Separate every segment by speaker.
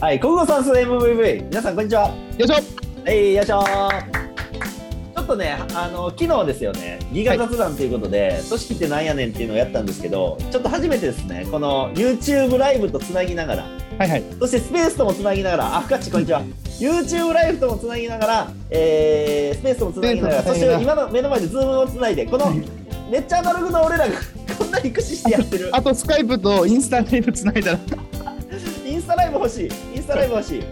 Speaker 1: はい、国語算数 MVV、皆さんこんにちは。
Speaker 2: よいしょ
Speaker 1: はい、よいしょちょっとね、あの昨日ですよね、ギガ雑談ということで、組織ってなんやねんっていうのをやったんですけど、ちょっと初めてですね、この YouTube ライブとつなぎながら、
Speaker 2: はいはい
Speaker 1: そしてスペースともつなぎながら、あ、深地こんにちは。YouTube ライブともつなぎながら、えー、スペースともつなぎながら、
Speaker 2: スペー
Speaker 1: そ
Speaker 2: ス
Speaker 1: し
Speaker 2: ともつなぎなが
Speaker 1: て今
Speaker 2: ら
Speaker 1: の目の前で Zoom をつないで、このめっちゃアナログな俺らがこんなに駆使してやってる。
Speaker 2: あとスカイプとインスタライブつないだら
Speaker 1: インスタライブ欲しい。インスタライブ欲しい。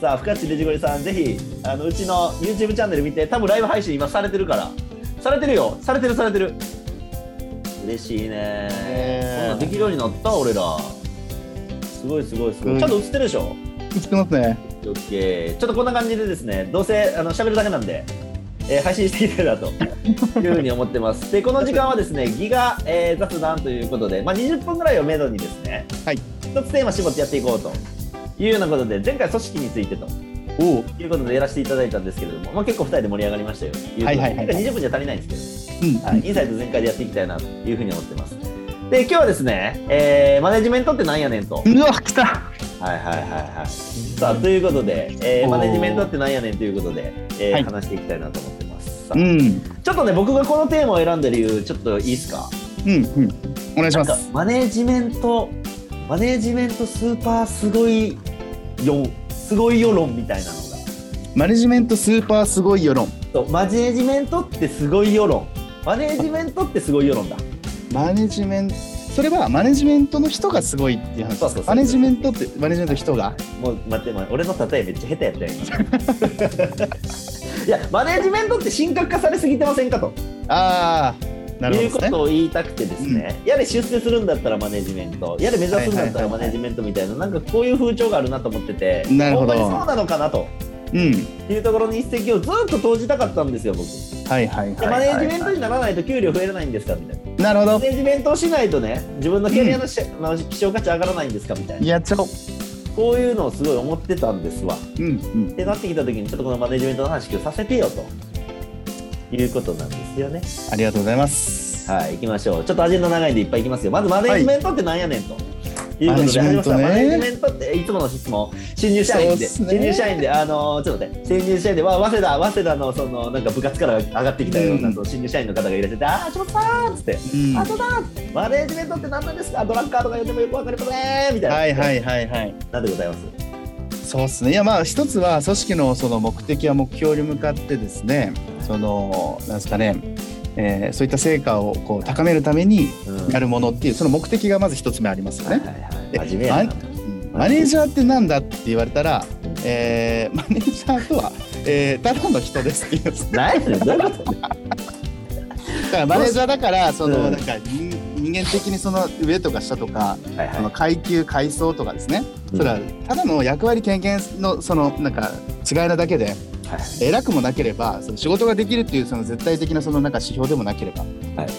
Speaker 1: さあ、深地デジゴリさん、ぜひ、あのうちの YouTube チャンネル見て、多分ライブ配信今されてるから。されてるよ。されてる、されてる。嬉しいね
Speaker 2: え
Speaker 1: こんなんできるようになった、俺ら。すごい、すごい、すごい。
Speaker 2: うん
Speaker 1: ちゃんと映ってるでしょ
Speaker 2: 映ってますね
Speaker 1: オッケーちょっとこんな感じでですねどうせあの喋るだけなんで、えー配信していけたらというふうに思って ますでこの時間はですねギガ、えー雑談ということで、まあ、20分ぐらいをめどにですね、
Speaker 2: はい
Speaker 1: 一つテーマ絞ってやっていこうというようなことで前回組織についてと
Speaker 2: おお
Speaker 1: いうことでやらせていただいたんですけれども、まあ、結構2人で盛り上がりましたよ
Speaker 2: はいはいはい
Speaker 1: とうことでなんか20分じゃ足りないんですけど
Speaker 2: うん
Speaker 1: はい、インサイト全開でやっていきたいなというふうに思ってますで今日はですね、えーマネジメントってなんやねんと
Speaker 2: うわ来た
Speaker 1: はいはいはいはい。さあということで、えー
Speaker 2: おー
Speaker 1: マネジメントってなんやねんということで、えー
Speaker 2: はい
Speaker 1: 話していきたいなと思ってます。さ
Speaker 2: う
Speaker 1: あ
Speaker 2: ん
Speaker 1: ちょっとね僕がこのテーマを選んだ理由ちょっといいですか。
Speaker 2: うんうんお願いし
Speaker 1: なん
Speaker 2: ま
Speaker 1: か
Speaker 2: す
Speaker 1: マネジメントマネジメントスーパーすごいよすごい世論みたいなのが。
Speaker 2: マネジメントスーパーすごい世論
Speaker 1: そうマネジメントってすごい世論。マネジメントってすごい世論だ。
Speaker 2: マネジメントそれはマネジメントの人がすごいっていう話
Speaker 1: そうそうそう
Speaker 2: マネジメントってマネジメントの人が
Speaker 1: もう待って待って俺の例えめっちゃ下手やったよ今。い やマネジメントって神格化されすぎてませんかと。
Speaker 2: ああなるほ
Speaker 1: いうこ
Speaker 2: どですね
Speaker 1: とを言いたくてですね、やれ出世するんだったらマネジメントやれ目指すんだったら
Speaker 2: はいはいはいは
Speaker 1: マ
Speaker 2: い
Speaker 1: ネジメントみたいななんかこういう風潮があるなと思ってて
Speaker 2: なるほど
Speaker 1: 本当にそうなのかなと
Speaker 2: うん
Speaker 1: いうところに一石をずっと投じたかったんですよ僕で
Speaker 2: はいはいはい
Speaker 1: マ
Speaker 2: はい
Speaker 1: ネジメントにならないと給料増えれないんですかみたいな
Speaker 2: なるほ
Speaker 1: マ
Speaker 2: ど
Speaker 1: ネジメントをしないとね自分のキャリアのし、まあ希少価値上がらないんですかみたいな
Speaker 2: やっちゃおう
Speaker 1: こういうのをすごい思ってたんですわ
Speaker 2: うんうん
Speaker 1: ってなってきた時にちょっとこのマネジメントの話今日させてよということなんですよね
Speaker 2: ありがとうございます
Speaker 1: はい、行きましょう。ちょっとアジェンダ長いんでいっぱい行きますよ。まずマネジメントってなんやねんと。いうことで
Speaker 2: マネジメント
Speaker 1: 始
Speaker 2: ね
Speaker 1: まりましたマネジメントっていつもの質問新入社員で、
Speaker 2: そうっすね
Speaker 1: 新入社員であのーちょっと待って新入社員でわ早稲田早稲田のそのなんか部活から上がってきたような、
Speaker 2: うん
Speaker 1: その新入社員の方がいらっしゃってああちょっとさーんっつって、
Speaker 2: うん
Speaker 1: あちょっとだーんマネジメントって何なんですかドラッカーとか呼んでもよくわかりませんみたいな、
Speaker 2: はいはいはいはい
Speaker 1: なんでございます
Speaker 2: そうですね。いやまあ一つは組織のその目的や目標に向かってですね、そのなんですかね、えーそういった成果をこう高めるために
Speaker 1: うん
Speaker 2: やるものっていうその目的がまず一つ目ありますよ
Speaker 1: はい
Speaker 2: ね。
Speaker 1: はいはい
Speaker 2: で
Speaker 1: 真面目やな
Speaker 2: マうんマネージャーってなんだって言われたら、えーマネージャーとは、えーただの人ですっていう。だ
Speaker 1: 何やねんどういうこと
Speaker 2: からマネージャーだからその、
Speaker 1: うん
Speaker 2: なんか人人間的にその上とか下とか、
Speaker 1: はいはい
Speaker 2: その階級階層とかですね。
Speaker 1: うん
Speaker 2: それはただの役割権限のそのなんか違いなだけで。
Speaker 1: はい
Speaker 2: 偉くもなければその仕事ができるっていうその絶対的なそのなんか指標でもなければ、
Speaker 1: はい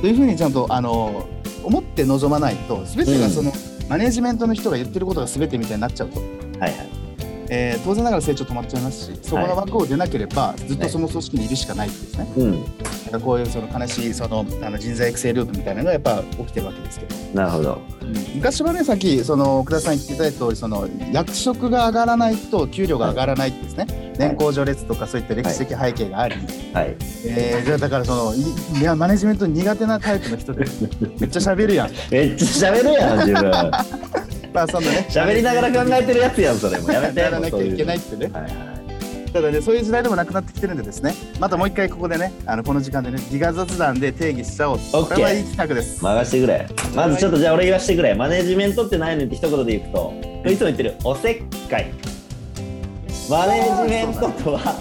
Speaker 2: というふうにちゃんとあの思って臨まないと全てがその、マネージメントの人が言ってることが全てみたいになっちゃうと、
Speaker 1: はいはい
Speaker 2: えー当然ながら成長止まっちゃいますしそこの枠を出なければ、ずっとその組織にいるしかないですね、
Speaker 1: うん
Speaker 2: だからこういうその悲しいそのあの人材育成ループみたいなのがやっぱ起きてるわけですけど、
Speaker 1: なるほど
Speaker 2: 昔はねさっきその奥田さん言っていただいた通りその役職が上がらないと給料が上がらないってですね、年功序列とかそういった歴史的背景があり、
Speaker 1: はい
Speaker 2: えー、じゃあだからそのいいやマネジメント苦手なタイプの人でめっちゃ喋るやん
Speaker 1: めっちゃ喋るやん自 分
Speaker 2: まあそのね
Speaker 1: 喋りながら考えてるやつやんそれもやめて
Speaker 2: やらなきゃいけないいってね
Speaker 1: はいはい
Speaker 2: ただねそういう時代でもなくなってきてるんでですねまたもう一回ここでねあのこの時間でねギガ雑談で定義しちゃおう
Speaker 1: オッケー
Speaker 2: これはいい企画です
Speaker 1: 任してくれまずちょっとじゃあ俺言わしてくれマネジメントってないねんって一言で言うとこれいつも言ってるおせっかいマネジメントとは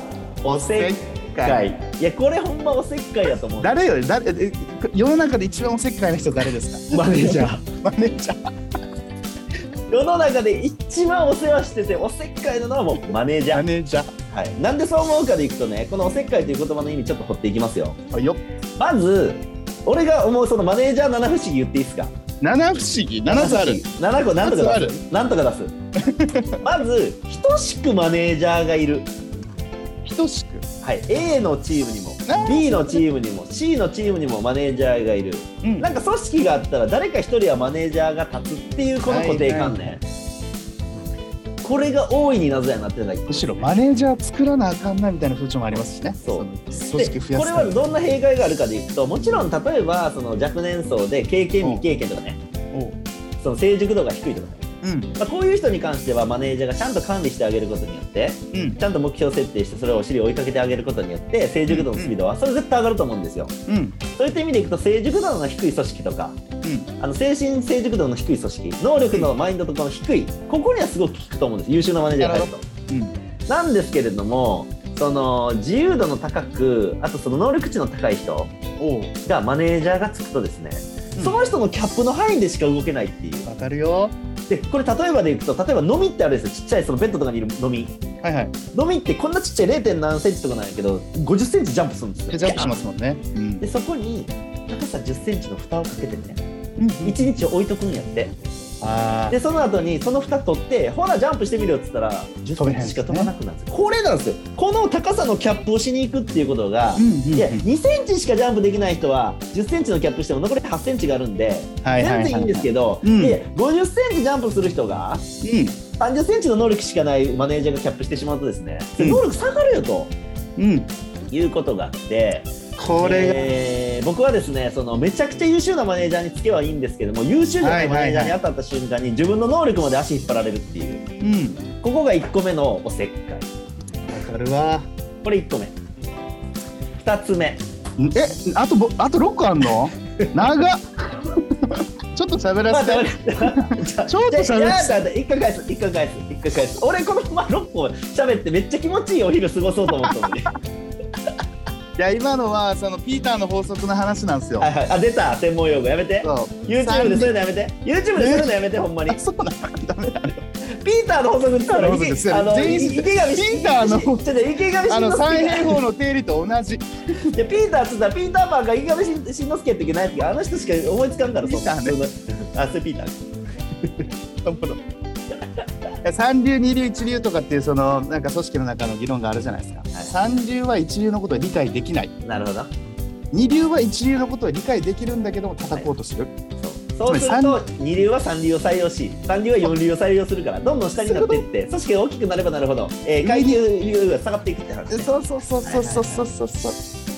Speaker 1: おせっかいいやこれほんまおせっかいだと思う
Speaker 2: 誰より誰え世の中で一番おせっかいな人誰ですか
Speaker 1: マネージャ
Speaker 2: ーマネージャー
Speaker 1: 世の中で一番お世話してておせっかいなのはもうマネージャ
Speaker 2: マ
Speaker 1: ー、
Speaker 2: ネージャー
Speaker 1: はい、なんでそう思うかでいくとねこのおせっかいという言葉の意味ちょっと掘っていきますよ
Speaker 2: あよ
Speaker 1: まず俺が思うそのマネージャー七不思議言っていいですか
Speaker 2: 七不思議七つある
Speaker 1: 7個なんとか出
Speaker 2: 七
Speaker 1: すなんとか出 すまず等しくマネージャーがいる、
Speaker 2: 等しく
Speaker 1: はい、A のチームにも
Speaker 2: あー
Speaker 1: B のチームにも C のチームにもマネージャーがいる
Speaker 2: うん
Speaker 1: なんか組織があったら誰か一人はマネージャーが立つっていうこの固定観念、これが大いに謎やなってな
Speaker 2: むしろマネージャー作らなあかんなみたいな風潮もありますしね。
Speaker 1: そう
Speaker 2: の組
Speaker 1: で
Speaker 2: 織増や
Speaker 1: こ
Speaker 2: す
Speaker 1: れ
Speaker 2: た
Speaker 1: は
Speaker 2: めに
Speaker 1: どんな弊害があるかでいくともちろん例えばその若年層で経験未経験とかね
Speaker 2: おう
Speaker 1: その成熟度が低いとかね、
Speaker 2: うん
Speaker 1: まあ、こういう人に関してはマネージャーがちゃんと管理してあげることによって
Speaker 2: うん
Speaker 1: ちゃんと目標設定してそれをお尻を追いかけてあげることによって成熟度のスピードはそれ絶対上がると思うんですよ
Speaker 2: うん
Speaker 1: そういった意味でいくと成熟度の低い組織とか
Speaker 2: うん
Speaker 1: あの精神成熟度の低い組織能力のマインドとかの低いここにはすごく効くと思うんです優秀なマネージャーが入ると。
Speaker 2: うん
Speaker 1: なんですけれどもその自由度の高くあとその能力値の高い人
Speaker 2: おう
Speaker 1: がマネージャーがつくとですね、
Speaker 2: うん
Speaker 1: その人のキャップの範囲でしか動けないっていう
Speaker 2: わかるよ。
Speaker 1: でこれ例えばでいくと例えば飲みってあれですよちっちゃいそのベッドとかにいる飲み
Speaker 2: はいはい。
Speaker 1: 飲みってこんなちっちゃい 0. 何センチとかなんやけど50センチジャンプするんですよ
Speaker 2: ジャンプします
Speaker 1: ガー
Speaker 2: もんね。うん
Speaker 1: ンでそこに高さ10センチの蓋をかけてね
Speaker 2: うん
Speaker 1: 1日置いとくんやって
Speaker 2: あ
Speaker 1: でその後にその蓋取ってほらジャンプしてみるよっつったら10
Speaker 2: 飛べ
Speaker 1: セ
Speaker 2: へん
Speaker 1: ンチしか飛ばなくなるんですよこれなんですよこの高さのキャップをしに行くっていうことが、
Speaker 2: あ。うんうんうん
Speaker 1: いや2センチしかジャンプできない人は10センチのキャップしても残り8センチがあるんで
Speaker 2: はいはいは
Speaker 1: 全
Speaker 2: い
Speaker 1: 然いいんですけど、
Speaker 2: うん
Speaker 1: で50センチジャンプする人が30センチの能力しかないマネージャーがキャップしてしまうとですね、
Speaker 2: うん
Speaker 1: 能力下がるよと
Speaker 2: うんうん。
Speaker 1: いうことがあって、
Speaker 2: これ
Speaker 1: えー僕はですねそのめちゃくちゃ優秀なマネージャーにつけはいいんですけども優秀じゃないマネージャーに当たった瞬間に自分の能力まで足引っ張られるっていう
Speaker 2: がうん
Speaker 1: ここが1個目のおせっかい
Speaker 2: わかるわ。
Speaker 1: これ1個目2つ目
Speaker 2: えあとぼあと六個あ んの？長っ。ちょっと喋ら
Speaker 1: まあ、
Speaker 2: せて。ち
Speaker 1: ち
Speaker 2: ょっと喋る
Speaker 1: 一回返す、一回返す、一回返す。俺、このまま6個喋って、めっちゃ気持ちいいお昼過ごそうと思ったのに。
Speaker 2: いや今のはそのピーターの法則の話なんですよ
Speaker 1: は。いはい、あ、出た、専門用語やめて。
Speaker 2: そう
Speaker 1: YouTube でそういうのやめて。YouTube でそういうのやめて、ほんまに
Speaker 2: あ。そうなんだダメだ。
Speaker 1: ピーターの法則って言ったら、
Speaker 2: ピーターの法則です
Speaker 1: 池あの、
Speaker 2: 全員
Speaker 1: 池上
Speaker 2: ピーターの
Speaker 1: ちょっと池上
Speaker 2: あ
Speaker 1: 慎
Speaker 2: の
Speaker 1: 之
Speaker 2: 三平
Speaker 1: 介
Speaker 2: 方の定理と同じ。
Speaker 1: いや、ピーターっつったら、ピーターパンが池上慎之介って言ないあの人しか思いつかんから、
Speaker 2: ピーターね
Speaker 1: そんなそんなあ、それピーター。
Speaker 2: 三流二流一流とかっていうそのなんか組織の中の議論があるじゃないですか、三流は一流のことを理解できない
Speaker 1: なるほど。
Speaker 2: 二流は一流のことを理解できるんだけども叩こうとする、
Speaker 1: そうすると二流は三流を採用し三流は四流を採用するからどんどん下になっていって組織が大きくなればなるほど、えー、階級が下がっていくって話、ね、
Speaker 2: そうそうそうそうそうそうそうそ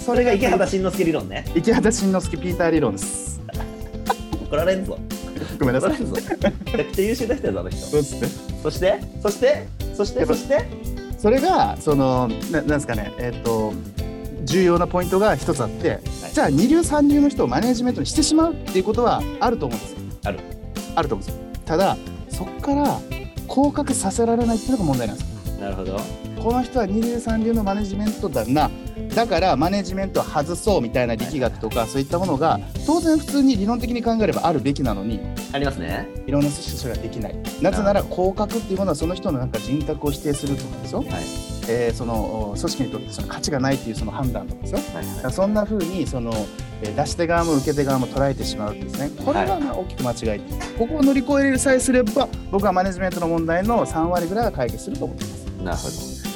Speaker 1: それが池畑慎之介理論ね
Speaker 2: 池畑慎之介ピーター理 論です
Speaker 1: 怒られんぞ
Speaker 2: ごめんな
Speaker 1: 怒ら
Speaker 2: さ
Speaker 1: れ
Speaker 2: い
Speaker 1: んぞめちゃくちゃ優秀な人やぞあの人
Speaker 2: そうですね
Speaker 1: そしてそしてそしてそして
Speaker 2: それがそのななんですかねえっ、と重要なポイントが一つあって、じゃあ二流三流の人をマネージメントにしてしまうっていうことはあると思うんですよ
Speaker 1: ある
Speaker 2: あると思うんですよただそこから降格させられないっていうのが問題なんです
Speaker 1: なるほど
Speaker 2: この人は二流三流のマネジメントだなだからマネジメントは外そうみたいな力学とかそういったものが当然普通に理論的に考えればあるべきなのに
Speaker 1: ありますね
Speaker 2: いろんな組織とそれができないなぜなら降格っていうものはその人のなんか人格を否定するとかでしょ、
Speaker 1: はい
Speaker 2: えーそのお組織にとってその価値がないっていうその判断とかでしょだ
Speaker 1: はい
Speaker 2: からそんな風にそのえー出し手側も受け手側も捉えてしまうんですねこれがまあ大きく間違いここを乗り越えるさえすれば僕はマネジメントの問題の3割ぐらいは解決すると思います。
Speaker 1: なるほど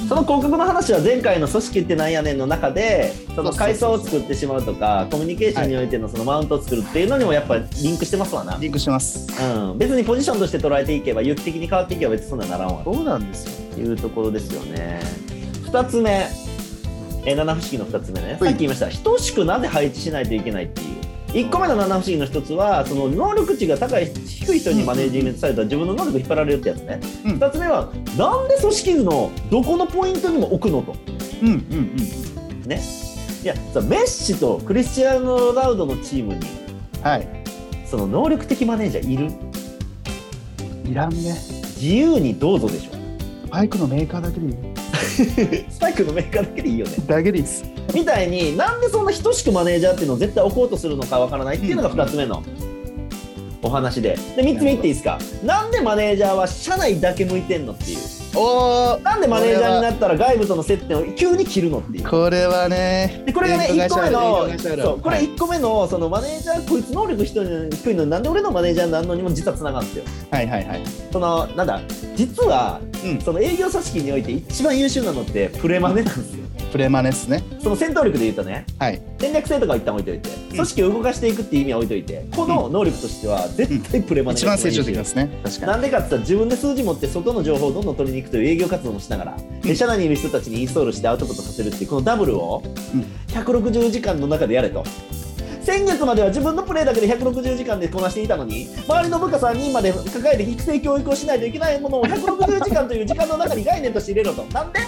Speaker 1: その広告の話は前回の「組織ってなんやねん」の中でその階層を作ってしまうとかコミュニケーションにおいてのそのマウントを作るっていうのにもやっぱりリンクしてますわな
Speaker 2: リンクしてます
Speaker 1: うん、別にポジションとして捉えていけば有機的に変わっていけば別にそんなならんわ
Speaker 2: そうなんですよ。
Speaker 1: というところですよね2つ目えー七不思議の2つ目ねさっき言いました等しくなぜ配置しないといけないっていう1個目の七不思議の1つはその能力値が高い低い人にマネージメントされたら自分の能力引っ張られるってやつね、
Speaker 2: うん
Speaker 1: 2つ目はなんで組織図のどこのポイントにも置くのと
Speaker 2: うんうんうん。
Speaker 1: ねいやさメッシとクリスチアーノ・ロナウドのチームに
Speaker 2: はい。
Speaker 1: その能力的マネージャーいる
Speaker 2: いらんね。
Speaker 1: 自由にどうぞでしょ
Speaker 2: バイクのメーカーだけでいい。
Speaker 1: スパイクのメーカーだけでいいよね。
Speaker 2: だけでいいです。
Speaker 1: みたいに、なんでそんな等しくマネージャーっていうのを絶対置こうとするのかわからないっていうのが
Speaker 2: うんうん
Speaker 1: 2つ目のお話で。で、3つ目いっていいですか。なんでマネージャーは社内だけ向いてんのっていう。
Speaker 2: おお。
Speaker 1: なんでマネージャーになったら外部との接点を急に切るのっていう。
Speaker 2: これはね。
Speaker 1: でこれがね、
Speaker 2: イベ
Speaker 1: 1
Speaker 2: ント
Speaker 1: 個目
Speaker 2: 会社あるイベン
Speaker 1: の、
Speaker 2: ト会社ある
Speaker 1: そう、これ
Speaker 2: はい
Speaker 1: 1個目の、そのマネージャー、こいつ能力低いのに低いのになんで俺のマネージャーになんのにも実はつながるんですよ。
Speaker 2: はいはいはい。
Speaker 1: その、なんだ、実は、
Speaker 2: うん
Speaker 1: その営業組織において一番優秀なのってプレマネなんですよ。
Speaker 2: プレマネっすね。
Speaker 1: その戦闘力で言うとね。
Speaker 2: はい。
Speaker 1: 戦略性とかは一旦置いておいて組織を動かしていくっていう意味は置いといて、この能力としては絶対プレマネ
Speaker 2: 一
Speaker 1: が
Speaker 2: 番
Speaker 1: 一番いいん
Speaker 2: 成長できますね。確
Speaker 1: な
Speaker 2: か
Speaker 1: んでかって言ったら自分で数字持って外の情報をどんどん取りに行くという営業活動もしながら、で社内にいる人たちにインストールしてアウトプットさせるっていうこのダブルを
Speaker 2: うん
Speaker 1: 160時間の中でやれと。先月までは自分のプレーだけで160時間でこなしていたのに周りの部下3人まで抱えて育成教育をしないといけないものを160時間という時間の中に概念として入れろとなんで
Speaker 2: に。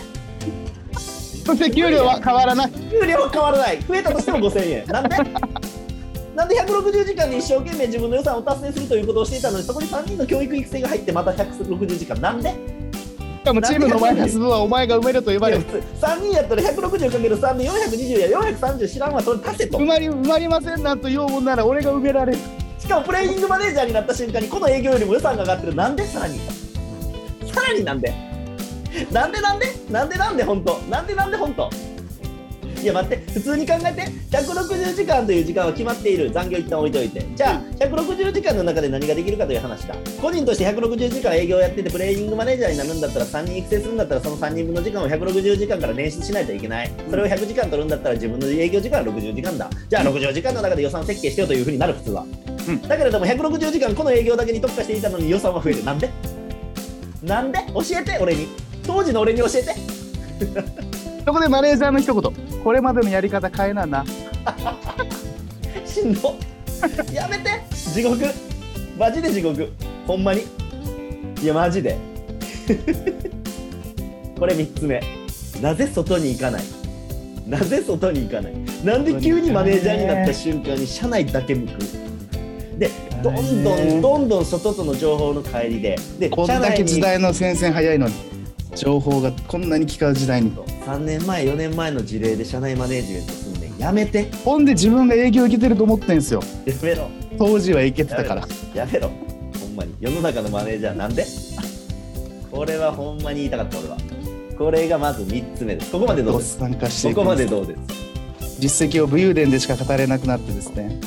Speaker 2: そして給料は変わらない。
Speaker 1: 給料は変わらない増えたとしても5000円なんでなんで160時間で一生懸命自分の予算を達成するということをしていたのにそこに3人の教育育成が入ってまた160時間なんで
Speaker 2: しかもチームのマイナス分はお前が埋めると言われる。
Speaker 1: 3人やったら 160×3 で420や430知らんわそれ足せと
Speaker 2: 埋まり埋まりませんなんと要望なら俺が埋められる。
Speaker 1: しかもプレイングマネージャーになった瞬間にこの営業よりも予算が上がってるなんでさらにさらになんでなんでなんでなんでなんで本当なんでなんで本当いや待って普通に考えて160時間という時間は決まっている残業一旦置いておいてじゃあ160時間の中で何ができるかという話だ個人として160時間営業をやっててプレイングマネージャーになるんだったら3人育成するんだったらその3人分の時間を160時間から捻出しないといけないそれを100時間取るんだったら自分の営業時間は60時間だじゃあ60時間の中で予算設計してよというふうになる普通はだけれども160時間この営業だけに特化していたのに予算は増えるなんでなんで教えて俺に当時の俺に教えて
Speaker 2: そこでマネージャーの一言。これまでのやり方変えなな。
Speaker 1: しんどやめて地獄マジで地獄ほんまにいやマジで これ3つ目なぜ外に行かないなぜ外に行かないなんで急にマネージャーになった瞬間に社内だけ向くでどんどんどんどん外との情報の帰りでで
Speaker 2: こん
Speaker 1: 社
Speaker 2: だ
Speaker 1: 内
Speaker 2: け
Speaker 1: に
Speaker 2: 時代の戦線早いのに情報がこんなに効かう時代にと。
Speaker 1: 3年前4年前の事例で社内マネージメントするねんやめて
Speaker 2: ほんで自分が営業いけてると思ってんすよ。
Speaker 1: やめろ
Speaker 2: 当時はいけてたから。
Speaker 1: やめろほんまに世の中のマネージャーなんでこれはほんまに言いたかった俺はこれがまず3つ目ですここまでどうです
Speaker 2: 参加して
Speaker 1: こ
Speaker 2: いく
Speaker 1: こ
Speaker 2: ん
Speaker 1: ますでどうです
Speaker 2: 実績を武勇伝でしか語れなくなってですね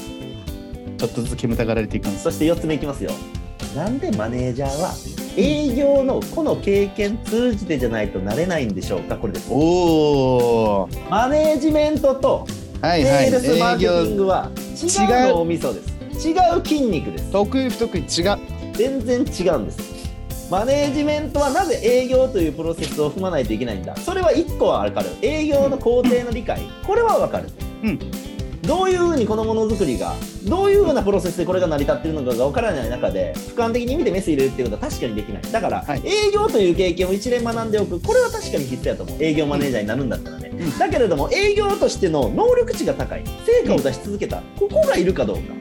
Speaker 2: ちょっとずつ煙たがられていくんです
Speaker 1: そして4つ目いきますよなんでマネージャーは営業のこの経験通じてじゃないとなれないんでしょうかこれです
Speaker 2: おお
Speaker 1: マネージメントと
Speaker 2: はいは
Speaker 1: セ
Speaker 2: い
Speaker 1: ールスマー
Speaker 2: 営
Speaker 1: ケティン
Speaker 2: 業
Speaker 1: グは違う脳みそです違う筋肉です
Speaker 2: 得意不得意違う
Speaker 1: 全然違うんですマネージメントはなぜ営業というプロセスを踏まないといけないんだそれは1個は分かる営業の工程の理解これは分かる
Speaker 2: うん
Speaker 1: どういうふうにこのものづくりがどういうふうなプロセスでこれが成り立っているのかが分からない中で俯瞰的に見てメス入れるっていうことは確かにできないだから、
Speaker 2: はい
Speaker 1: 営業という経験を一連学んでおくこれは確かに必須やと思う営業マネージャーになるんだったらね、
Speaker 2: ん
Speaker 1: だけれども営業としての能力値が高い成果を出し続けた、ここがいるかどうか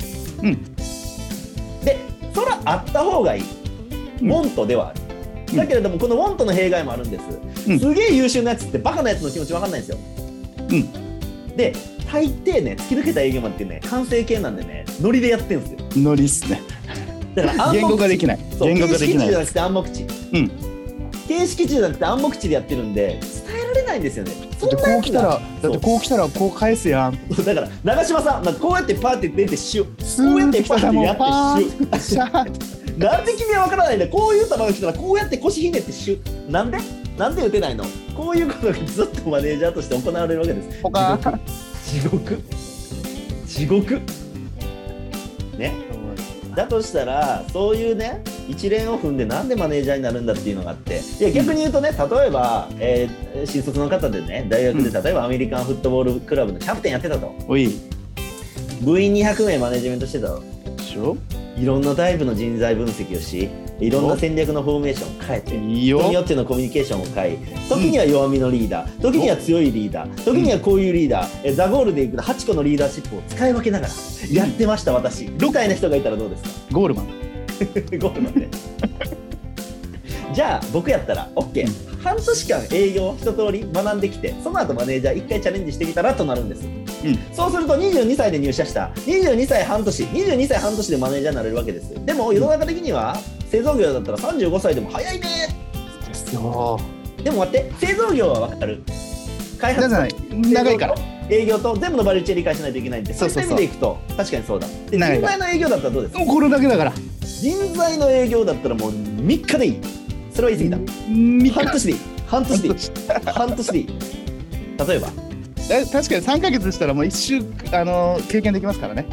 Speaker 2: うん
Speaker 1: でそらあった方がいい、
Speaker 2: うん
Speaker 1: ウォントではある、
Speaker 2: うん
Speaker 1: だけれどもこのウォントの弊害もあるんです、
Speaker 2: うん
Speaker 1: すげえ優秀なやつってバカなやつの気持ち分かんないんですよで大抵ね突き抜けた営業マンってね完成形なんでねノリでやってんですよ
Speaker 2: うんノリっすね
Speaker 1: だから
Speaker 2: 言語がで
Speaker 1: き
Speaker 2: きない
Speaker 1: そう
Speaker 2: 言語が
Speaker 1: 形
Speaker 2: でき
Speaker 1: 式
Speaker 2: な
Speaker 1: 値じゃないくて暗黙値
Speaker 2: うん
Speaker 1: 形式値じゃなくて暗黙値でやってるんで伝えられないんですよね
Speaker 2: だってこう来たら
Speaker 1: そ
Speaker 2: だ
Speaker 1: う
Speaker 2: ってこう来たらこう返すやん
Speaker 1: そうだから長嶋さんなんかこうやってパーって出てしよう
Speaker 2: ス
Speaker 1: こうや
Speaker 2: ー
Speaker 1: っ
Speaker 2: ってて
Speaker 1: パ
Speaker 2: 来
Speaker 1: ー
Speaker 2: たら
Speaker 1: って
Speaker 2: も
Speaker 1: や
Speaker 2: うパ
Speaker 1: ってし
Speaker 2: ーンシャーッ
Speaker 1: なんで君は分からないんだこういう球が来たらこうやって腰ひねってシュッなんでなんで打てないのこういうことがずっとマネージャーとして行われるわけです
Speaker 2: ポ カーン
Speaker 1: 地獄地獄ねだとしたらそういうね一連を踏んでなんでマネージャーになるんだっていうのがあっていや逆に言うとね例えば、えー新卒の方でね大学で例えばアメリカンフットボールクラブのキャプテンやってたと
Speaker 2: おい
Speaker 1: 部員200名マネージメントしてたと
Speaker 2: でしょ
Speaker 1: いろんなタイプの人材分析をしいろんな戦略のフォーメーションを変えて
Speaker 2: いい
Speaker 1: 人によ
Speaker 2: よ
Speaker 1: ってのコミュニケーションを変え時には弱みのリーダー時には強いリーダー時にはこういうリーダー、えザ・ゴールでいく8個のリーダーシップを使い分けながらやってました私みたいな人がいたらどうですか
Speaker 2: ゴールマン
Speaker 1: ゴールなんでじゃあ僕やったら OK 半年間営業を一通り学んできてその後マネージャー1回チャレンジしてみたらとなるんですそうすると22歳で入社した22歳半年22歳半年でマネージャーになれるわけですでも世の中的には製造業だったら35歳でも早いね
Speaker 2: ですよ
Speaker 1: でも待って製造業は分かる開発
Speaker 2: だじゃない長いから
Speaker 1: 営業と全部のバリューチェン理解しないといけないんでそ
Speaker 2: そううそう
Speaker 1: い
Speaker 2: そう
Speaker 1: った意味でいくと確かにそうだで人
Speaker 2: 長いから
Speaker 1: 材の営業だったらどうですか
Speaker 2: もうこれだけだから
Speaker 1: 人材の営業だったらもう3日でいいそれは言い過ぎた
Speaker 2: 3日
Speaker 1: 半年でいい半年でいい半年でいい例えば
Speaker 2: え確かに3ヶ月したらもう一週あの経験できますからね。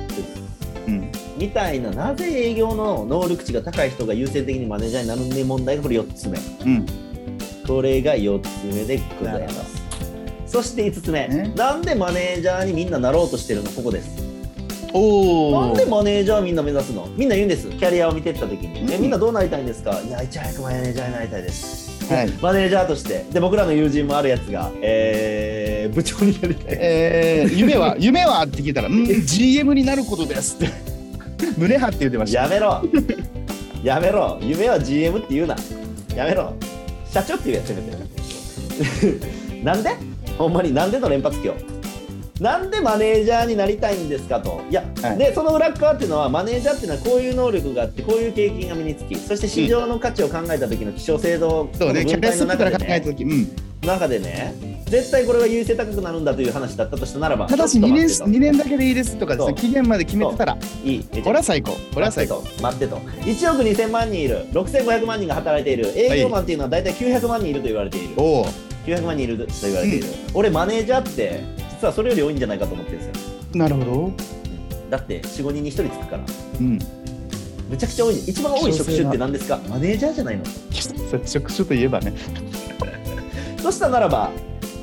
Speaker 2: うん、
Speaker 1: みたいななぜ営業の能力値が高い人が優先的にマネージャーになるね問題がこれ4つ目
Speaker 2: うん、
Speaker 1: これが4つ目でございますそして5つ目、
Speaker 2: ね
Speaker 1: なんでマネージャーにみんななろうとしてるのここです
Speaker 2: おお。
Speaker 1: なんでマネージャーみんな目指すのみんな言うんですキャリアを見てった時に、え
Speaker 2: うん
Speaker 1: みんなどうなりたいんですかいやいち早くマネージャーになりたいです、
Speaker 2: はい
Speaker 1: マネージャーとしてで僕らの友人もあるやつが、えー部長になりたい
Speaker 2: えー夢は 夢はって聞いたら「 うん GM になることです」って胸張って言ってました
Speaker 1: やめろやめろ夢は GM って言うなやめろ社長って言うやつやめて なんでほんまになんでの連発今日なんでマネージャーになりたいんですかといや、
Speaker 2: はい
Speaker 1: でその裏側っていうのはマネージャーっていうのはこういう能力があってこういう経験が身につきそして市場の価値を考えた時の希少性の
Speaker 2: そうねキャ
Speaker 1: 分
Speaker 2: リア
Speaker 1: 配の
Speaker 2: スッか
Speaker 1: 中で
Speaker 2: ら考えた
Speaker 1: ね
Speaker 2: 時、うん、
Speaker 1: 中でね絶対これは優勢高くなるんだという話だったとしたならば
Speaker 2: ただし
Speaker 1: ちょっ
Speaker 2: 2
Speaker 1: と待
Speaker 2: 年
Speaker 1: ってと
Speaker 2: 二年だけでいいですとかです
Speaker 1: そう
Speaker 2: ね期限まで決めてたら
Speaker 1: いいめちゃくちゃ
Speaker 2: これは最高これは
Speaker 1: 待って
Speaker 2: 最高
Speaker 1: と待ってと1億2000万人いる6500万人が働いている営業マンっていうのは大体900万人いると言われている、
Speaker 2: おお
Speaker 1: 900万人いると言われている、俺マネージャーって実はそれより多いんじゃないかと思ってるんですよ
Speaker 2: なるほど
Speaker 1: だって45人に1人つくから
Speaker 2: うん
Speaker 1: めちゃくちゃ多い一番多い職種って何ですかマネージャーじゃないの
Speaker 2: 職種といえばね
Speaker 1: そしたならば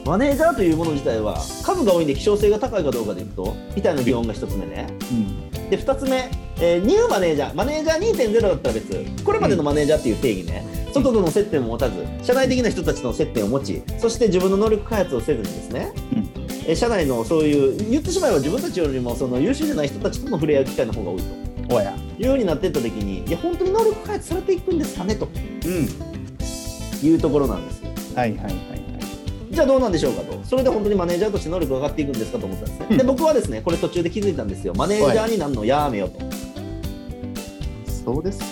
Speaker 1: マネージャーというもの自体は数が多いんで希少性が高いかどうかでいくとみたいな疑問が1つ目ね
Speaker 2: うん
Speaker 1: で2つ目、えーニューマネージャーマネージャー2.0だったら別これまでのマネージャーっていう定義ね、外との接点も持たず社内的な人たちとの接点を持ちそして自分の能力開発をせずにですね、
Speaker 2: うん
Speaker 1: えー社内のそういう言ってしまえば自分たちよりもその優秀じゃない人たちとの触れ合う機会の方が多いと
Speaker 2: おや
Speaker 1: いうようになっていった時にいや本当に能力開発されていくんですかねと
Speaker 2: うん
Speaker 1: いうところなんですよ
Speaker 2: はいはいはいはい
Speaker 1: じゃあどうなんでしょうかとそれで本当にマネージャーとして能力が上がっていくんですかと思ったんですね、
Speaker 2: うん
Speaker 1: で僕はですねこれ途中で気づいたんですよマネージャーになるのやめようと
Speaker 2: そうですよ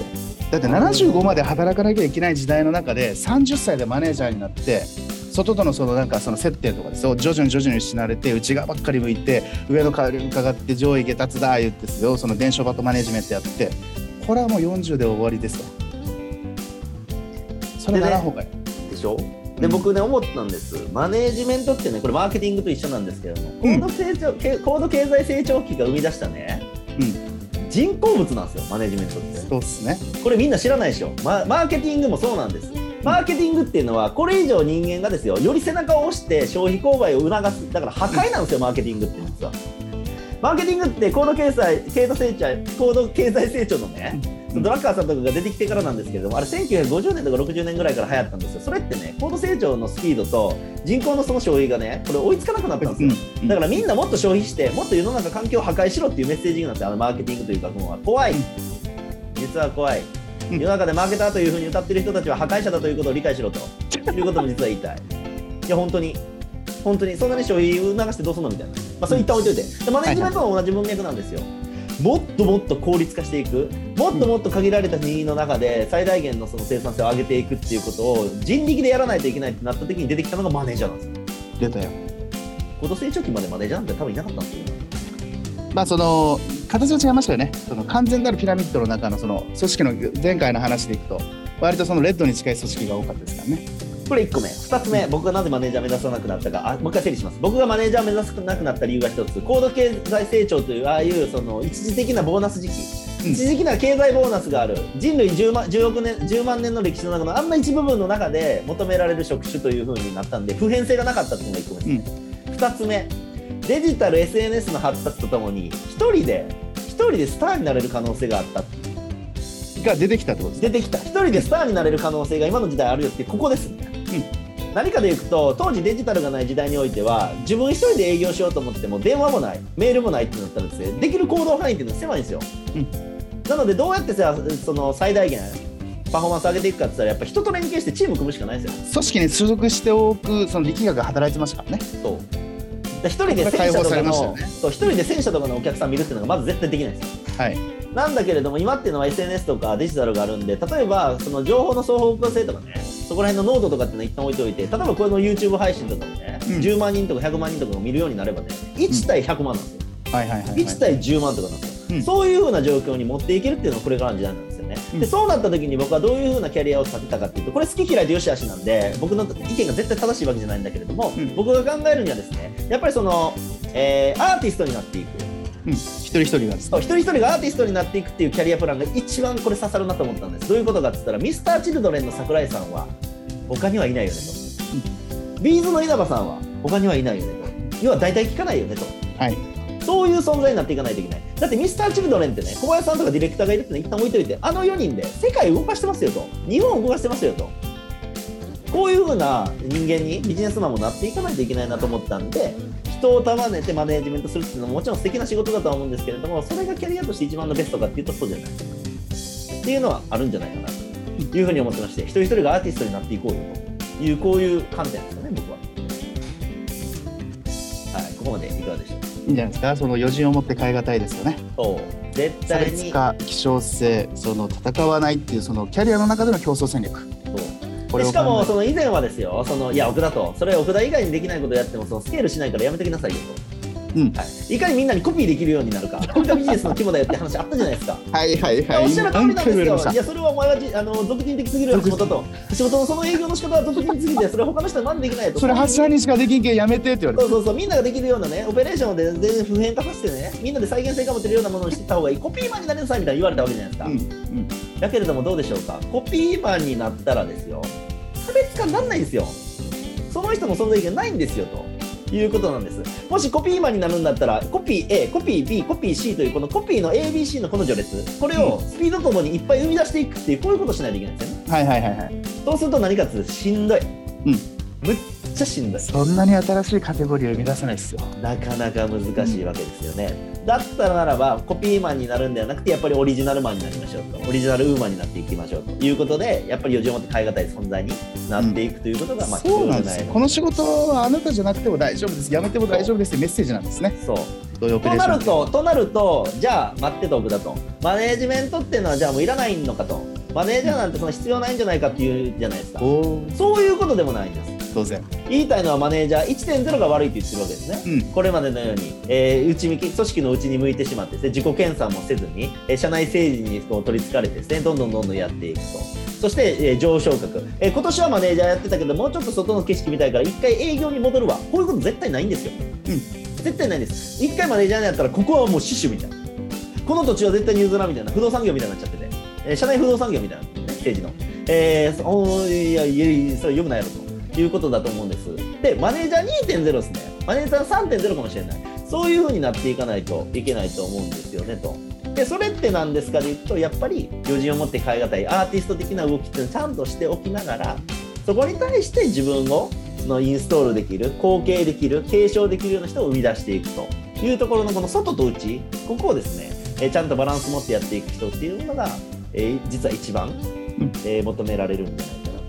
Speaker 2: だって75まで働かなきゃいけない時代の中で30歳でマネージャーになって外とのそのなんかその接点とかですよ徐々に徐々に失われて内側ばっかり向いて上の代わりに伺って上位下達だ言ってですよその伝承バトマネジメントやってこれはもう40で終わりですわそれならんほうがいい、
Speaker 1: でしょで
Speaker 2: うん
Speaker 1: 僕ね思ったんですマネージメントってねこれマーケティングと一緒なんですけども
Speaker 2: うん
Speaker 1: 高度成長、け高度経済成長期が生み出したね、人工物なんですよマネージメントって
Speaker 2: そうっすね
Speaker 1: これみんな知らないでしょ、ま、マーケティングもそうなんですマーケティングっていうのはこれ以上人間がですよより背中を押して消費購買を促すだから破壊なんですよマーケティングって実はマーケティングって高度経済経度成長高度経済成長のね
Speaker 2: うん
Speaker 1: ドラッカーさんとかが出てきてからなんですけれどもあれ1950年とか60年ぐらいから流行ったんですよそれってね高度成長のスピードと人口のその消費がねこれ追いつかなくなったんですよ、だからみんなもっと消費してもっと世の中環境を破壊しろっていうメッセージなんですよあのマーケティングという学問は怖い
Speaker 2: うん
Speaker 1: 実は怖い
Speaker 2: うん
Speaker 1: 世の中でマーケターというふうに歌ってる人たちは破壊者だということを理解しろということも実は言い たいいや本当に本当にそんなに消費促してどうすんのみたいな、まあ、それ一旦置いといてでマネジメントも同じ文脈なんですよ、もっともっと効率化していくもっともっと限られた人員の中で最大限のその生産性を上げていくっていうことを人力でやらないといけないってなった時に出てきたのがマネージャーなんですよ
Speaker 2: 出たよ
Speaker 1: 高度成長期までマネージャーなんて多分いなかったんですよ
Speaker 2: まあその形は違いましたよねその完全なるピラミッドの中のその組織の前回の話でいくと割とそのレッドに近い組織が多かったですからね
Speaker 1: これ1個目2つ目僕がなぜマネージャー目指さなくなったかあもう一回整理します僕がマネージャー目指さなくなった理由が1つ高度経済成長というああいうその一時的なボーナス時期
Speaker 2: うん
Speaker 1: 一時的な経済ボーナスがある人類 10, 万10億年10万年の歴史の中のあんな一部分の中で求められる職種というふうになったんで普遍性がなかったっていうのが1個目です、2つ目デジタル SNS の発達とともに1人で1人でスターになれる可能性があった
Speaker 2: が出てきたってことですね
Speaker 1: 出てきた一人でスターになれる可能性が今の時代あるよってここです、何かでいくと当時デジタルがない時代においては自分一人で営業しようと思っても電話もないメールもないってなったらですねできる行動範囲っていうのは狭いんですよ、
Speaker 2: うん
Speaker 1: なのでどうやってさその最大限パフォーマンス上げていくかって言ったらやっぱ人と連携してチーム組むしかないんですよ
Speaker 2: 組織に所属しておくその力学が働いてましたからね
Speaker 1: そうだから一人で戦車とか
Speaker 2: これ解放され
Speaker 1: の、
Speaker 2: ましたよね
Speaker 1: そう一人で戦車とかのお客さん見るっていうのがまず絶対できないんですよ
Speaker 2: はい
Speaker 1: なんだけれども今っていうのは SNS とかデジタルがあるんで例えばその情報の双方向性とかねそこら辺の濃度とかっていうのは一旦置いておいて例えばこれの YouTube 配信とかもね、
Speaker 2: うん
Speaker 1: 10万人とか100万人とかを見るようになればね1対100万なんですよ、
Speaker 2: はいはいはい、はい、
Speaker 1: 1対10万とかなんですよ、
Speaker 2: うん
Speaker 1: そういうふうな状況に持っていけるっていうのがこれからの時代なんですよね、
Speaker 2: うん
Speaker 1: でそうなった時に僕はどういうふうなキャリアを立てたかっていうとこれ好き嫌いでよし悪しなんで僕の意見が絶対正しいわけじゃないんだけれども、
Speaker 2: うん
Speaker 1: 僕が考えるにはですねやっぱりその、えーアーティストになっていく
Speaker 2: うん、一人一人がです
Speaker 1: そう一人一人がアーティストになっていくっていうキャリアプランが一番これ刺さるなと思ったんですどういうことかって言ったら Mr.Children の桜井さんは他にはいないよねと、ビーズの稲葉さんは他にはいないよねと要は大体聞かないよねと
Speaker 2: はい
Speaker 1: そういう存在になっていかないといけないだって Mr.Children ってね小林さんとかディレクターがいるってね一旦置いといてあの4人で世界動かしてますよと日本を動かしてますよとこういうふうな人間にビジネスマンもなっていかないといけないなと思ったんで人を束ねてマネージメントするっていうのももちろん素敵な仕事だとは思うんですけれどもそれがキャリアとして一番のベストかっていうとそうじゃないっていうのはあるんじゃないかなというふうに思ってまして一人一人がアーティストになっていこうよというこういう観点ですかね僕は。はい、ここまでいかがでしょう
Speaker 2: いいんじゃないですかその余人を持って変え難いですよね
Speaker 1: そう絶
Speaker 2: 差
Speaker 1: 対
Speaker 2: 別
Speaker 1: に
Speaker 2: 化希少性その戦わないっていうそのキャリアの中での競争戦略
Speaker 1: そう
Speaker 2: これ
Speaker 1: で
Speaker 2: を
Speaker 1: しかもそ
Speaker 2: 考
Speaker 1: の以前はですよそのいや奥田とそれ奥田以外にできないことをやってもそのスケールしないからやめてきなさいよと、
Speaker 2: うん
Speaker 1: はい、いかにみんなにコピーできるようになる かコピービジネスの肝だよって話あったじゃないですか
Speaker 2: えはいはい
Speaker 1: い
Speaker 2: は
Speaker 1: や
Speaker 2: い
Speaker 1: おっしゃる通りなんです
Speaker 2: 何回も言われま
Speaker 1: よ。
Speaker 2: し
Speaker 1: いや、それはお前はじあの俗人的すぎるような仕事だと。仕事のその営業の仕方は俗人的すぎて、それは他の人はなんでできない
Speaker 2: た
Speaker 1: と。
Speaker 2: それ発射にしかできんけんやめてって言われ
Speaker 1: そう
Speaker 2: て
Speaker 1: そうそう、みんなができるようなね、オペレーションで全然普遍化させてね、みんなで再現性が持てるようなものにしてった方がいい、コピーマンになりなさいみたいに言われたわけじゃないですか。
Speaker 2: うんうん
Speaker 1: だけれども、どうでしょうか、コピーマンになったらですよ、差別化にならないんですよ。その人の存在意義がないんですよと。いうことなんですもしコピーマンになるんだったらコピー A、コピー B、コピー C というこのコピーの ABC のこの序列これをスピードとともにいっぱい生み出していくっていうこういうことをしないといけないんですよね。
Speaker 2: はいはいはいはい
Speaker 1: そうすると何かっていうとしんどい。
Speaker 2: うん
Speaker 1: むっちゃしんどい。
Speaker 2: そんなに新しいカテゴリーを生み出さないですよ
Speaker 1: なかなか難しいわけですよね。だったらならばコピーマンになるんではなくてやっぱりオリジナルマンになりましょうとオリジナルウーマンになっていきましょうということでやっぱり余剰を持って変え難い存在になっていくということが、まあ必
Speaker 2: そう
Speaker 1: 要
Speaker 2: な
Speaker 1: じゃ
Speaker 2: んで
Speaker 1: な
Speaker 2: す
Speaker 1: い
Speaker 2: よこの仕事はあなたじゃなくても大丈夫ですやめても大丈夫ですってメッセージなんですね
Speaker 1: そう
Speaker 2: どういうオペ
Speaker 1: と
Speaker 2: レーシ
Speaker 1: な
Speaker 2: ョン
Speaker 1: るととなるとじゃあ待ってと奥だとマネージメントっていうのはじゃあもういらないのかとマネージャーなんてその必要ないんじゃないかっていうじゃないですか
Speaker 2: おー
Speaker 1: そういうことでもないんです
Speaker 2: 当然
Speaker 1: 言いたいのはマネージャー1.0が悪いって言ってるわけですね
Speaker 2: うん
Speaker 1: これまでのように、えー内向き組織の内に向いてしまってです、ね、自己研鑽もせずに、えー社内政治にこう取りつかれてです、ね、どんどんどんどんやっていくと。そして、えー上昇格、えー今年はマネージャーやってたけどもうちょっと外の景色見たいから一回営業に戻るわこういうこと絶対ないんですよ、
Speaker 2: うん
Speaker 1: 絶対ないんです一回マネージャーになったらここはもう死守みたいなこの土地は絶対に譲らんみたいな不動産業みたいになっちゃってて、えー社内不動産業みたいな、ね、政治のえー、そおーいやいやいやそれよくないやろということだと思うんですでマネージャー2.0ですねマネージャー3.0かもしれないそういうふうになっていかないといけないと思うんですよねとでそれって何ですかで言うとやっぱり余人を持って変え難いアーティスト的な動きっていうのをちゃんとしておきながらそこに対して自分をそのインストールできる後継できる継承できるような人を生み出していくというところのこの外と内ここをですねえーちゃんとバランス持ってやっていく人っていうのが、えー実は一番えー求められるんじゃないかな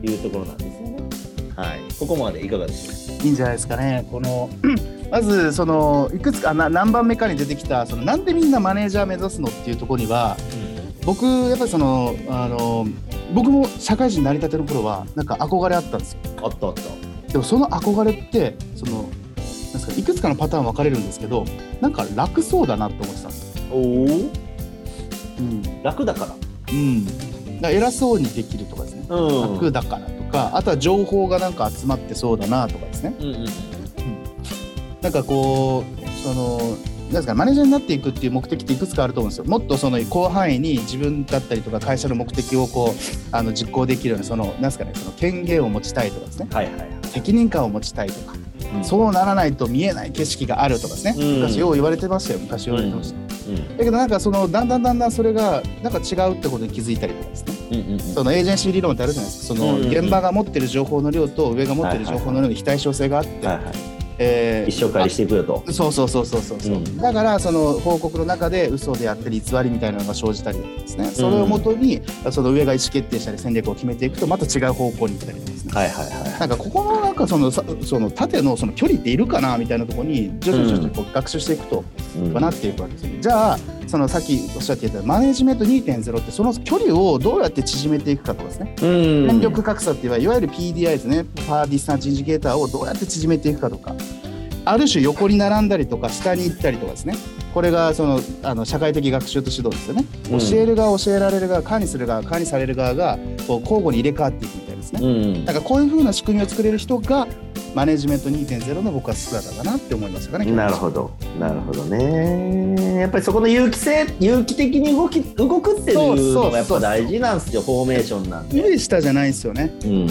Speaker 1: というところなんですよね。はい、ここまでいかがでしょ
Speaker 2: いいんじゃないですかねこのまずそのいくつかな何番目かに出てきたそのなんでみんなマネージャー目指すのっていうところには僕やっぱりそのあの僕も社会人になりたての頃はなんか憧れあったんですよ
Speaker 1: うか。あったあった。
Speaker 2: でもその憧れってそのなんですかいくつかのパターン分かれるんですけどなんか楽そうだなと思ってたんですよ、
Speaker 1: おお、
Speaker 2: うん
Speaker 1: 楽だから。
Speaker 2: うん、だから偉そうにできるとかですね
Speaker 1: うん
Speaker 2: 楽だからとかあとは情報がなんか集まってそうだなとかですね
Speaker 1: うんうん。
Speaker 2: なんかこうそのなんですかマネージャーになっていくっていう目的っていくつかあると思うんですよもっとその広範囲に自分だったりとか会社の目的をこうあの実行できるようなそのなんですかねその権限を持ちたいとかですね
Speaker 1: はいはいはい。
Speaker 2: 責任感を持ちたいとか、
Speaker 1: うん
Speaker 2: そうならないと見えない景色があるとかですね、
Speaker 1: うん
Speaker 2: 昔よう言われてましたよ昔言われてました、
Speaker 1: うん
Speaker 2: だけどなんかそのだんだんだんだんそれがなんか違うってことに気づいたりとかですね
Speaker 1: うんうんうん。
Speaker 2: そのエージェンシー理論ってあるじゃないですかその
Speaker 1: うん
Speaker 2: 現場が持ってる情報の量と上が持ってる情報の量に非対称性があって、
Speaker 1: はいはい。
Speaker 2: えー
Speaker 1: 一生返りしていくよと。
Speaker 2: そうそうそうそうそうそう、
Speaker 1: うん
Speaker 2: だからその報告の中で嘘でやったり偽りみたいなのが生じたりとかですね、それをもとにその上が意思決定したり戦略を決めていくとまた違う方向に行ったりとかですね
Speaker 1: はいはいはい。
Speaker 2: なんかここのなんかそのさその縦のその距離っているかなみたいなところに徐々に徐々にこう学習していくと
Speaker 1: うん
Speaker 2: かなっていくわけですよ、じゃあそのさっきおっしゃっていたマネジメント2.0ってその距離をどうやって縮めていくかとかですね
Speaker 1: うん。
Speaker 2: 戦力格差っていうのはいわゆる PDI ですねパーディスタンスインジケーターをどうやって縮めていくかとかある種横に並んだりとか下に行ったりとかですねこれがそのあの社会的学習と指導ですよね、
Speaker 1: うん
Speaker 2: 教える側教えられる側管理する側管理される側がこう交互に入れ替わっていくみたいですね、
Speaker 1: うん。
Speaker 2: なんかこういう風な仕組みを作れる人がマネジメント2.0の僕は姿だなって思いましたかね。
Speaker 1: なるほどなるほどねやっぱりそこの有機性有機的に動き動くっていうのがやっぱ大事なんですよフォーメーションなんで、
Speaker 2: 上下じゃないんですよね。
Speaker 1: うん、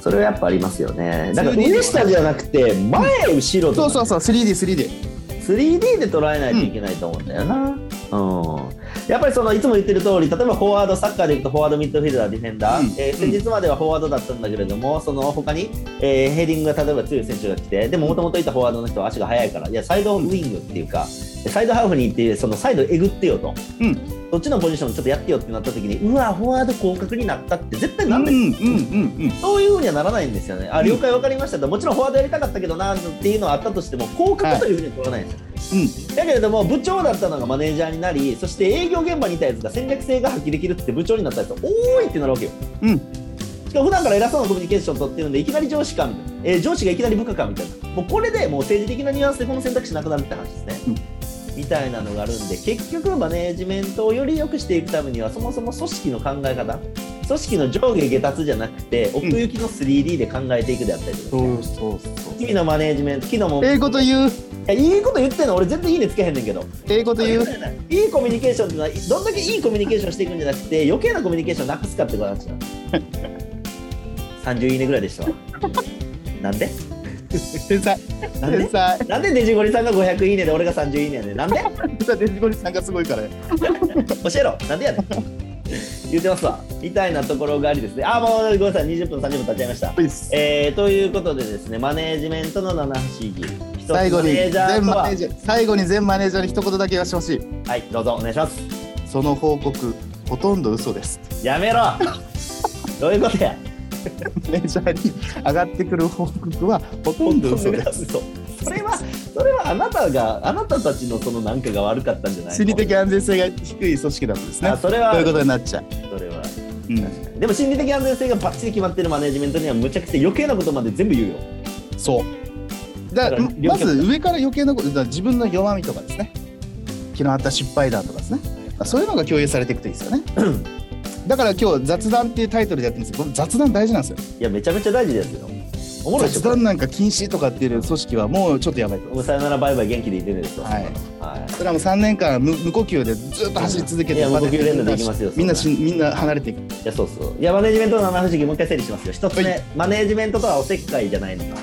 Speaker 1: それはやっぱありますよねだから上下じゃなくて前後ろとか
Speaker 2: そうそうそう、3D、3D。
Speaker 1: 3D で捉えないといけないと思うんだよな、うんやっぱりそのいつも言ってる通り例えばフォワードサッカーでいくとフォワードミッドフィルダーディフェンダー、
Speaker 2: うん
Speaker 1: えー先日まではフォワードだったんだけれどもその他に、えーヘディングが例えば強い選手が来てでももともといたフォワードの人は足が速いからいやサイドウィングっていうかサイドハーフに行ってそのサイドえぐってよと
Speaker 2: うん。
Speaker 1: そっちのポジションちょっとやってよってなった時にうわフォワード広角になったって絶対
Speaker 2: うんう
Speaker 1: なん
Speaker 2: ん
Speaker 1: な
Speaker 2: う
Speaker 1: い、
Speaker 2: んうん。
Speaker 1: そういうふうにはならないんですよね。あ
Speaker 2: うん
Speaker 1: 了解分かりましたと、もちろんフォワードやりたかったけどなっていうのはあったとしても、広角というふうには取らないんですよ。
Speaker 2: うん
Speaker 1: だけれども部長だったのがマネージャーになりそして営業現場にいたやつが戦略性が発揮できるって部長になったやつ多いってなるわけよ
Speaker 2: うん
Speaker 1: しかも普段から偉そうなコミュニケーション取ってるんでいきなり上司かみたいな、えー上司がいきなり部下かみたいなもうこれでもう政治的なニュアンスでこの選択肢なくなるって話ですね、みたいなのがあるんで結局マネージメントをより良くしていくためにはそもそも組織の考え方組織の上下下達じゃなくて奥行きの 3D で考えていくであったりとか、
Speaker 2: そうそうそう。
Speaker 1: 日々のマネージメント機能も
Speaker 2: 英語と言う、
Speaker 1: いやいいこと言ってんの俺全然いいねつけへんねんけど
Speaker 2: 英語と言う。
Speaker 1: いいコミュニケーションっていうのはどんだけいいコミュニケーションしていくんじゃなくて余計なコミュニケーションなくすかって話なんです30いいねぐらいでしたわなんで
Speaker 2: 天才。
Speaker 1: なんで
Speaker 2: 天才。
Speaker 1: なんでデジゴリさんが500いいねで俺が30いいねやねんなんで
Speaker 2: デジゴリさんがすごいからね。
Speaker 1: 教えろなんでやねん言ってますわみたいなところがありですねあーもうごめんなさい20分30分経っちゃいました
Speaker 2: ういっす
Speaker 1: えー、ということでですねマネージメントの7不思議一つ
Speaker 2: 最後に
Speaker 1: マネージャー
Speaker 2: 全
Speaker 1: と
Speaker 2: マ
Speaker 1: は
Speaker 2: ネージャー最後に全マネージャーに一言だけ言わせてほしい。
Speaker 1: はいどうぞお願いします
Speaker 2: その報告ほとんど嘘です。
Speaker 1: やめろどういうことや
Speaker 2: メジャーに上がってくる報告はほとんど嘘です。
Speaker 1: 嘘それはそれはあなたがあなたたちのそのなんかが悪かったんじゃないの
Speaker 2: 心理的安全性が低い組織だもんですね
Speaker 1: あ。それは
Speaker 2: ということになっちゃう。
Speaker 1: それは
Speaker 2: うん、
Speaker 1: でも心理的安全性がバッチリ決まってるマネジメントにはむちゃくちゃ余計なことまで全部言うよ
Speaker 2: そう。だ
Speaker 1: だ
Speaker 2: か
Speaker 1: からら
Speaker 2: まず上から余計なこと、だから自分の弱みとかですね。昨日あった失敗談とかですね。そういうのが共有されていくとい いですよね。だから今日雑談っていうタイトルでやってるんですけど、雑談大事なんですよ。
Speaker 1: いやめちゃめちゃ大事ですよおもろいでしょ
Speaker 2: 雑
Speaker 1: これ
Speaker 2: 談なんか禁止とかっていう組織はもうちょっとやばいと思い
Speaker 1: も
Speaker 2: ま
Speaker 1: う
Speaker 2: す。
Speaker 1: さよならバイバイ元気でいてねですよ
Speaker 2: はい
Speaker 1: は
Speaker 2: それはもう3年間無無呼吸でずっと走り続け
Speaker 1: い
Speaker 2: て
Speaker 1: や無呼吸連打できますよ
Speaker 2: みんなしみんな離れていく
Speaker 1: い、いやそうそういやマネジメントの7不思議もう一回整理しますよ一つ
Speaker 2: は
Speaker 1: 目マネジメントとはおせっかいじゃないのか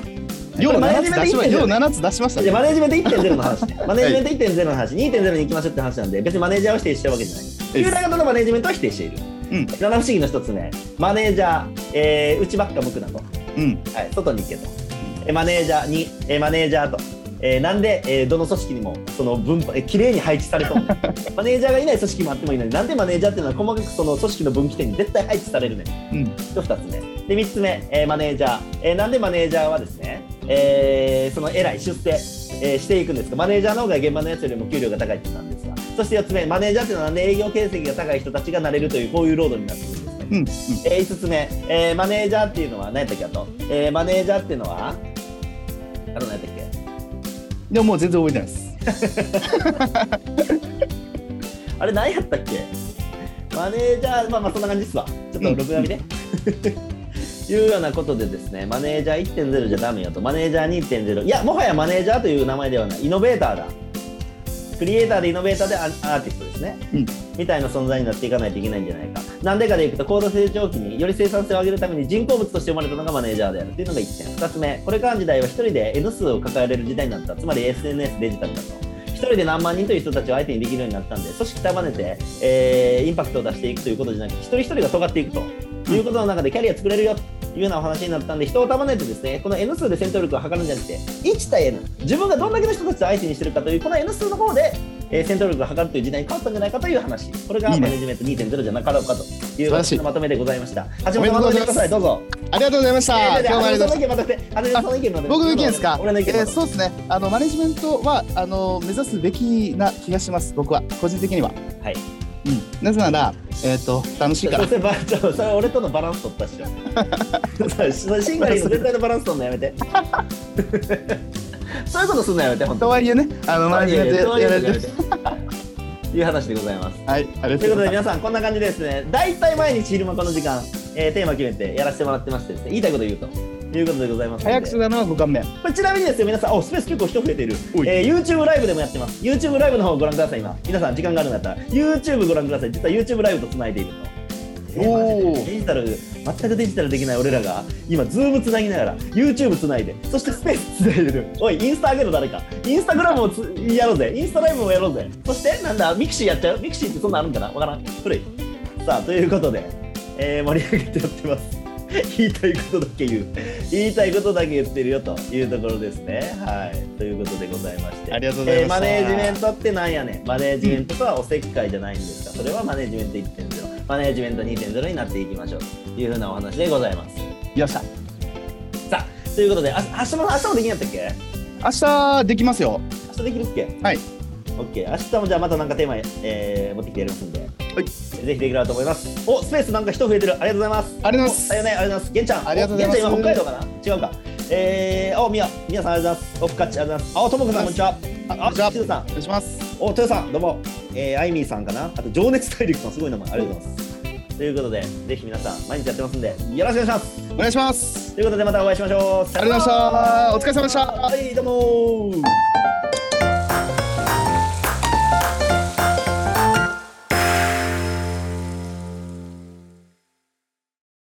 Speaker 2: 量
Speaker 1: これマ
Speaker 2: 7
Speaker 1: ネジ
Speaker 2: つ出
Speaker 1: メント
Speaker 2: しま
Speaker 1: いいんだ
Speaker 2: 量
Speaker 1: よね
Speaker 2: 7つ出しました
Speaker 1: いやマ
Speaker 2: ね。
Speaker 1: ネジメント1.0の話ねマネジメント1.0の話2.0に行きましょうって話なんで別にマネージャーを否定してるわけじゃない
Speaker 2: え
Speaker 1: ユーラ型のマネジメントは否定している
Speaker 2: うん
Speaker 1: 七不思議の一つ目マネージャー、えー、内ばっか向くなと、は
Speaker 2: うん
Speaker 1: い、外に行けとえマネージャーに、えマネージャーと、えーなんで、えーどの組織にもその分配え綺麗に配置されとんねんマネージャーがいない組織もあってもいいのになんでマネージャーっていうのは細かくその組織の分岐点に絶対配置されるねん
Speaker 2: うん
Speaker 1: と2つ目で3つ目、えーマネージャー、えーなんでマネージャーはですね、えーその偉い出世、えーしていくんですがマネージャーの方が現場のやつよりも給料が高いって言ったんですがそして4つ目マネージャーっていうのはなんで営業形績が高い人たちがなれるというこういうロードになってくるんですね、
Speaker 2: うんうん。
Speaker 1: え5つ目、えーマネージャーっていうのは何やったっけあと、えーマネージャーっていうのはあの何やったっけ
Speaker 2: でももう全然覚えてないです。
Speaker 1: あれ何やったっけマネージャー、まあまあそんな感じですわ。ちょっと録画見ね。 いうようなことでですね、マネージャー1.0じゃダメよと、マネージャー2.0、いや、もはやマネージャーという名前ではない、イノベーターだ。クリエイターでイノベーターでアアーティストですね、
Speaker 2: うん
Speaker 1: みたいな存在になっていかないといけないんじゃないか。なんでかでいくと、高度成長期により生産性を上げるために人工物として生まれたのがマネージャーであるというのが1点。2つ目、これからの時代は1人で N 数を抱えれる時代になった、つまり SNS デジタルだと。一人で何万人という人たちを相手にできるようになったんで組織束ねて、えーインパクトを出していくということじゃなくて一人一人が尖っていくということの中でキャリア作れるよというようなお話になったんで人を束ねてですねこの N 数で戦闘力を測るんじゃなくて1対 N 自分がどんだけの人たちを相手にしてるかというこの N 数の方で、えー戦闘力を測るという時代に変わったんじゃないかという話これが
Speaker 2: いい
Speaker 1: マ
Speaker 2: ね
Speaker 1: ネジメント2.0じゃなかろうかとい
Speaker 2: 晴
Speaker 1: う
Speaker 2: らしい
Speaker 1: 私のまとめでございました橋
Speaker 2: おめで
Speaker 1: 本ま
Speaker 2: とうご
Speaker 1: と
Speaker 2: ざ
Speaker 1: めてください
Speaker 2: います
Speaker 1: どうぞ
Speaker 2: ありがとうございました。今日もありがとうござ
Speaker 1: 橋本さんの意見
Speaker 2: いまし
Speaker 1: まとめて橋本さんの意見まとめ
Speaker 2: た。
Speaker 1: て
Speaker 2: 僕の意見ですか。
Speaker 1: 俺の意見まとめ
Speaker 2: えー
Speaker 1: て
Speaker 2: そうですね。あのマネジメントはあの目指すべきな気がします。僕は個人的には。
Speaker 1: はい
Speaker 2: うん。なぜならえっ、と楽しいから
Speaker 1: そ。ればちょそれ俺とのバランス取ったっ しょそれそれシンガリーの全体のバランス取るのやめ てそういうことすんのやめて本
Speaker 2: と
Speaker 1: 当
Speaker 2: はいえね、あのマネジメントやられてる。
Speaker 1: ていう話でございます
Speaker 2: はい。あり
Speaker 1: と
Speaker 2: がと
Speaker 1: いううこ
Speaker 2: ご
Speaker 1: とで
Speaker 2: ざいます。
Speaker 1: 皆さんこんな感じでですね大体毎日昼間この時間、えーテーマ決めてやらせてもらってましてですね言いたいこと言うということでございますので
Speaker 2: 早口だのは5巻目
Speaker 1: これちなみにですよ皆さんおスペース結構人増えている
Speaker 2: おい
Speaker 1: えー YouTube ライブでもやってます YouTube ライブの方をご覧ください今皆さん時間があるんだったら YouTube ご覧ください実は YouTube ライブとつないでいるとえー
Speaker 2: おー
Speaker 1: マジでデジタル全くデジタルできない俺らが今 Zoom つなぎながら YouTube つないでそしてスペースつないでるおいインスタ上げろ誰かインスタグラムをつやろうぜインスタライブもやろうぜそしてなんだミクシーやっちゃうミクシーってそんなんあるんかなわからん古いさあということで、えー盛り上げてやってます 言いたいことだけ言う言いたいことだけ言ってるよというところですね。はい、ということでございまして、
Speaker 2: ありがとうございました
Speaker 1: えーマネージメントってなんやねんマネージメントとはおせっかいじゃないんですか、それはマネージメント1.0、マネージメント2.0になっていきましょうというふうなお話でございます。
Speaker 2: よっしゃ
Speaker 1: さあ、ということで、あ明日も明日もできんやったっけ
Speaker 2: 明日できますよ
Speaker 1: 明日できるっけ
Speaker 2: はい。
Speaker 1: オッケー明日もじゃあまたなんかテーマ、えー持ってきてやりますんで、
Speaker 2: はい
Speaker 1: ぜひできればと思います。おスペースなんか人増えてる、ありがとうございます。
Speaker 2: ありがとう
Speaker 1: お
Speaker 2: ございます
Speaker 1: さよね、ありがとうございます。げんちゃん、
Speaker 2: ありがとうございます
Speaker 1: おげんちゃん、今北海道かな違うか。えー、お、みや、みやさん、ありがとうございます。お、ふかっち、ありがとうございます。あ、ともくさん、こんにちは。あ、
Speaker 2: こんにちは
Speaker 1: しずさん
Speaker 2: お、願いします
Speaker 1: お、とよさん、どうも。えー、あいみーさんかなあと、情熱大陸さん、すごい名前、ありがとうございます。ということで、ぜひ皆さん、毎日やってますんで、よろしくお願いします。
Speaker 2: お願いします
Speaker 1: ということで、またお会いしましょう。
Speaker 2: ありがとうございましたお疲れ様でした
Speaker 1: はい、どうもー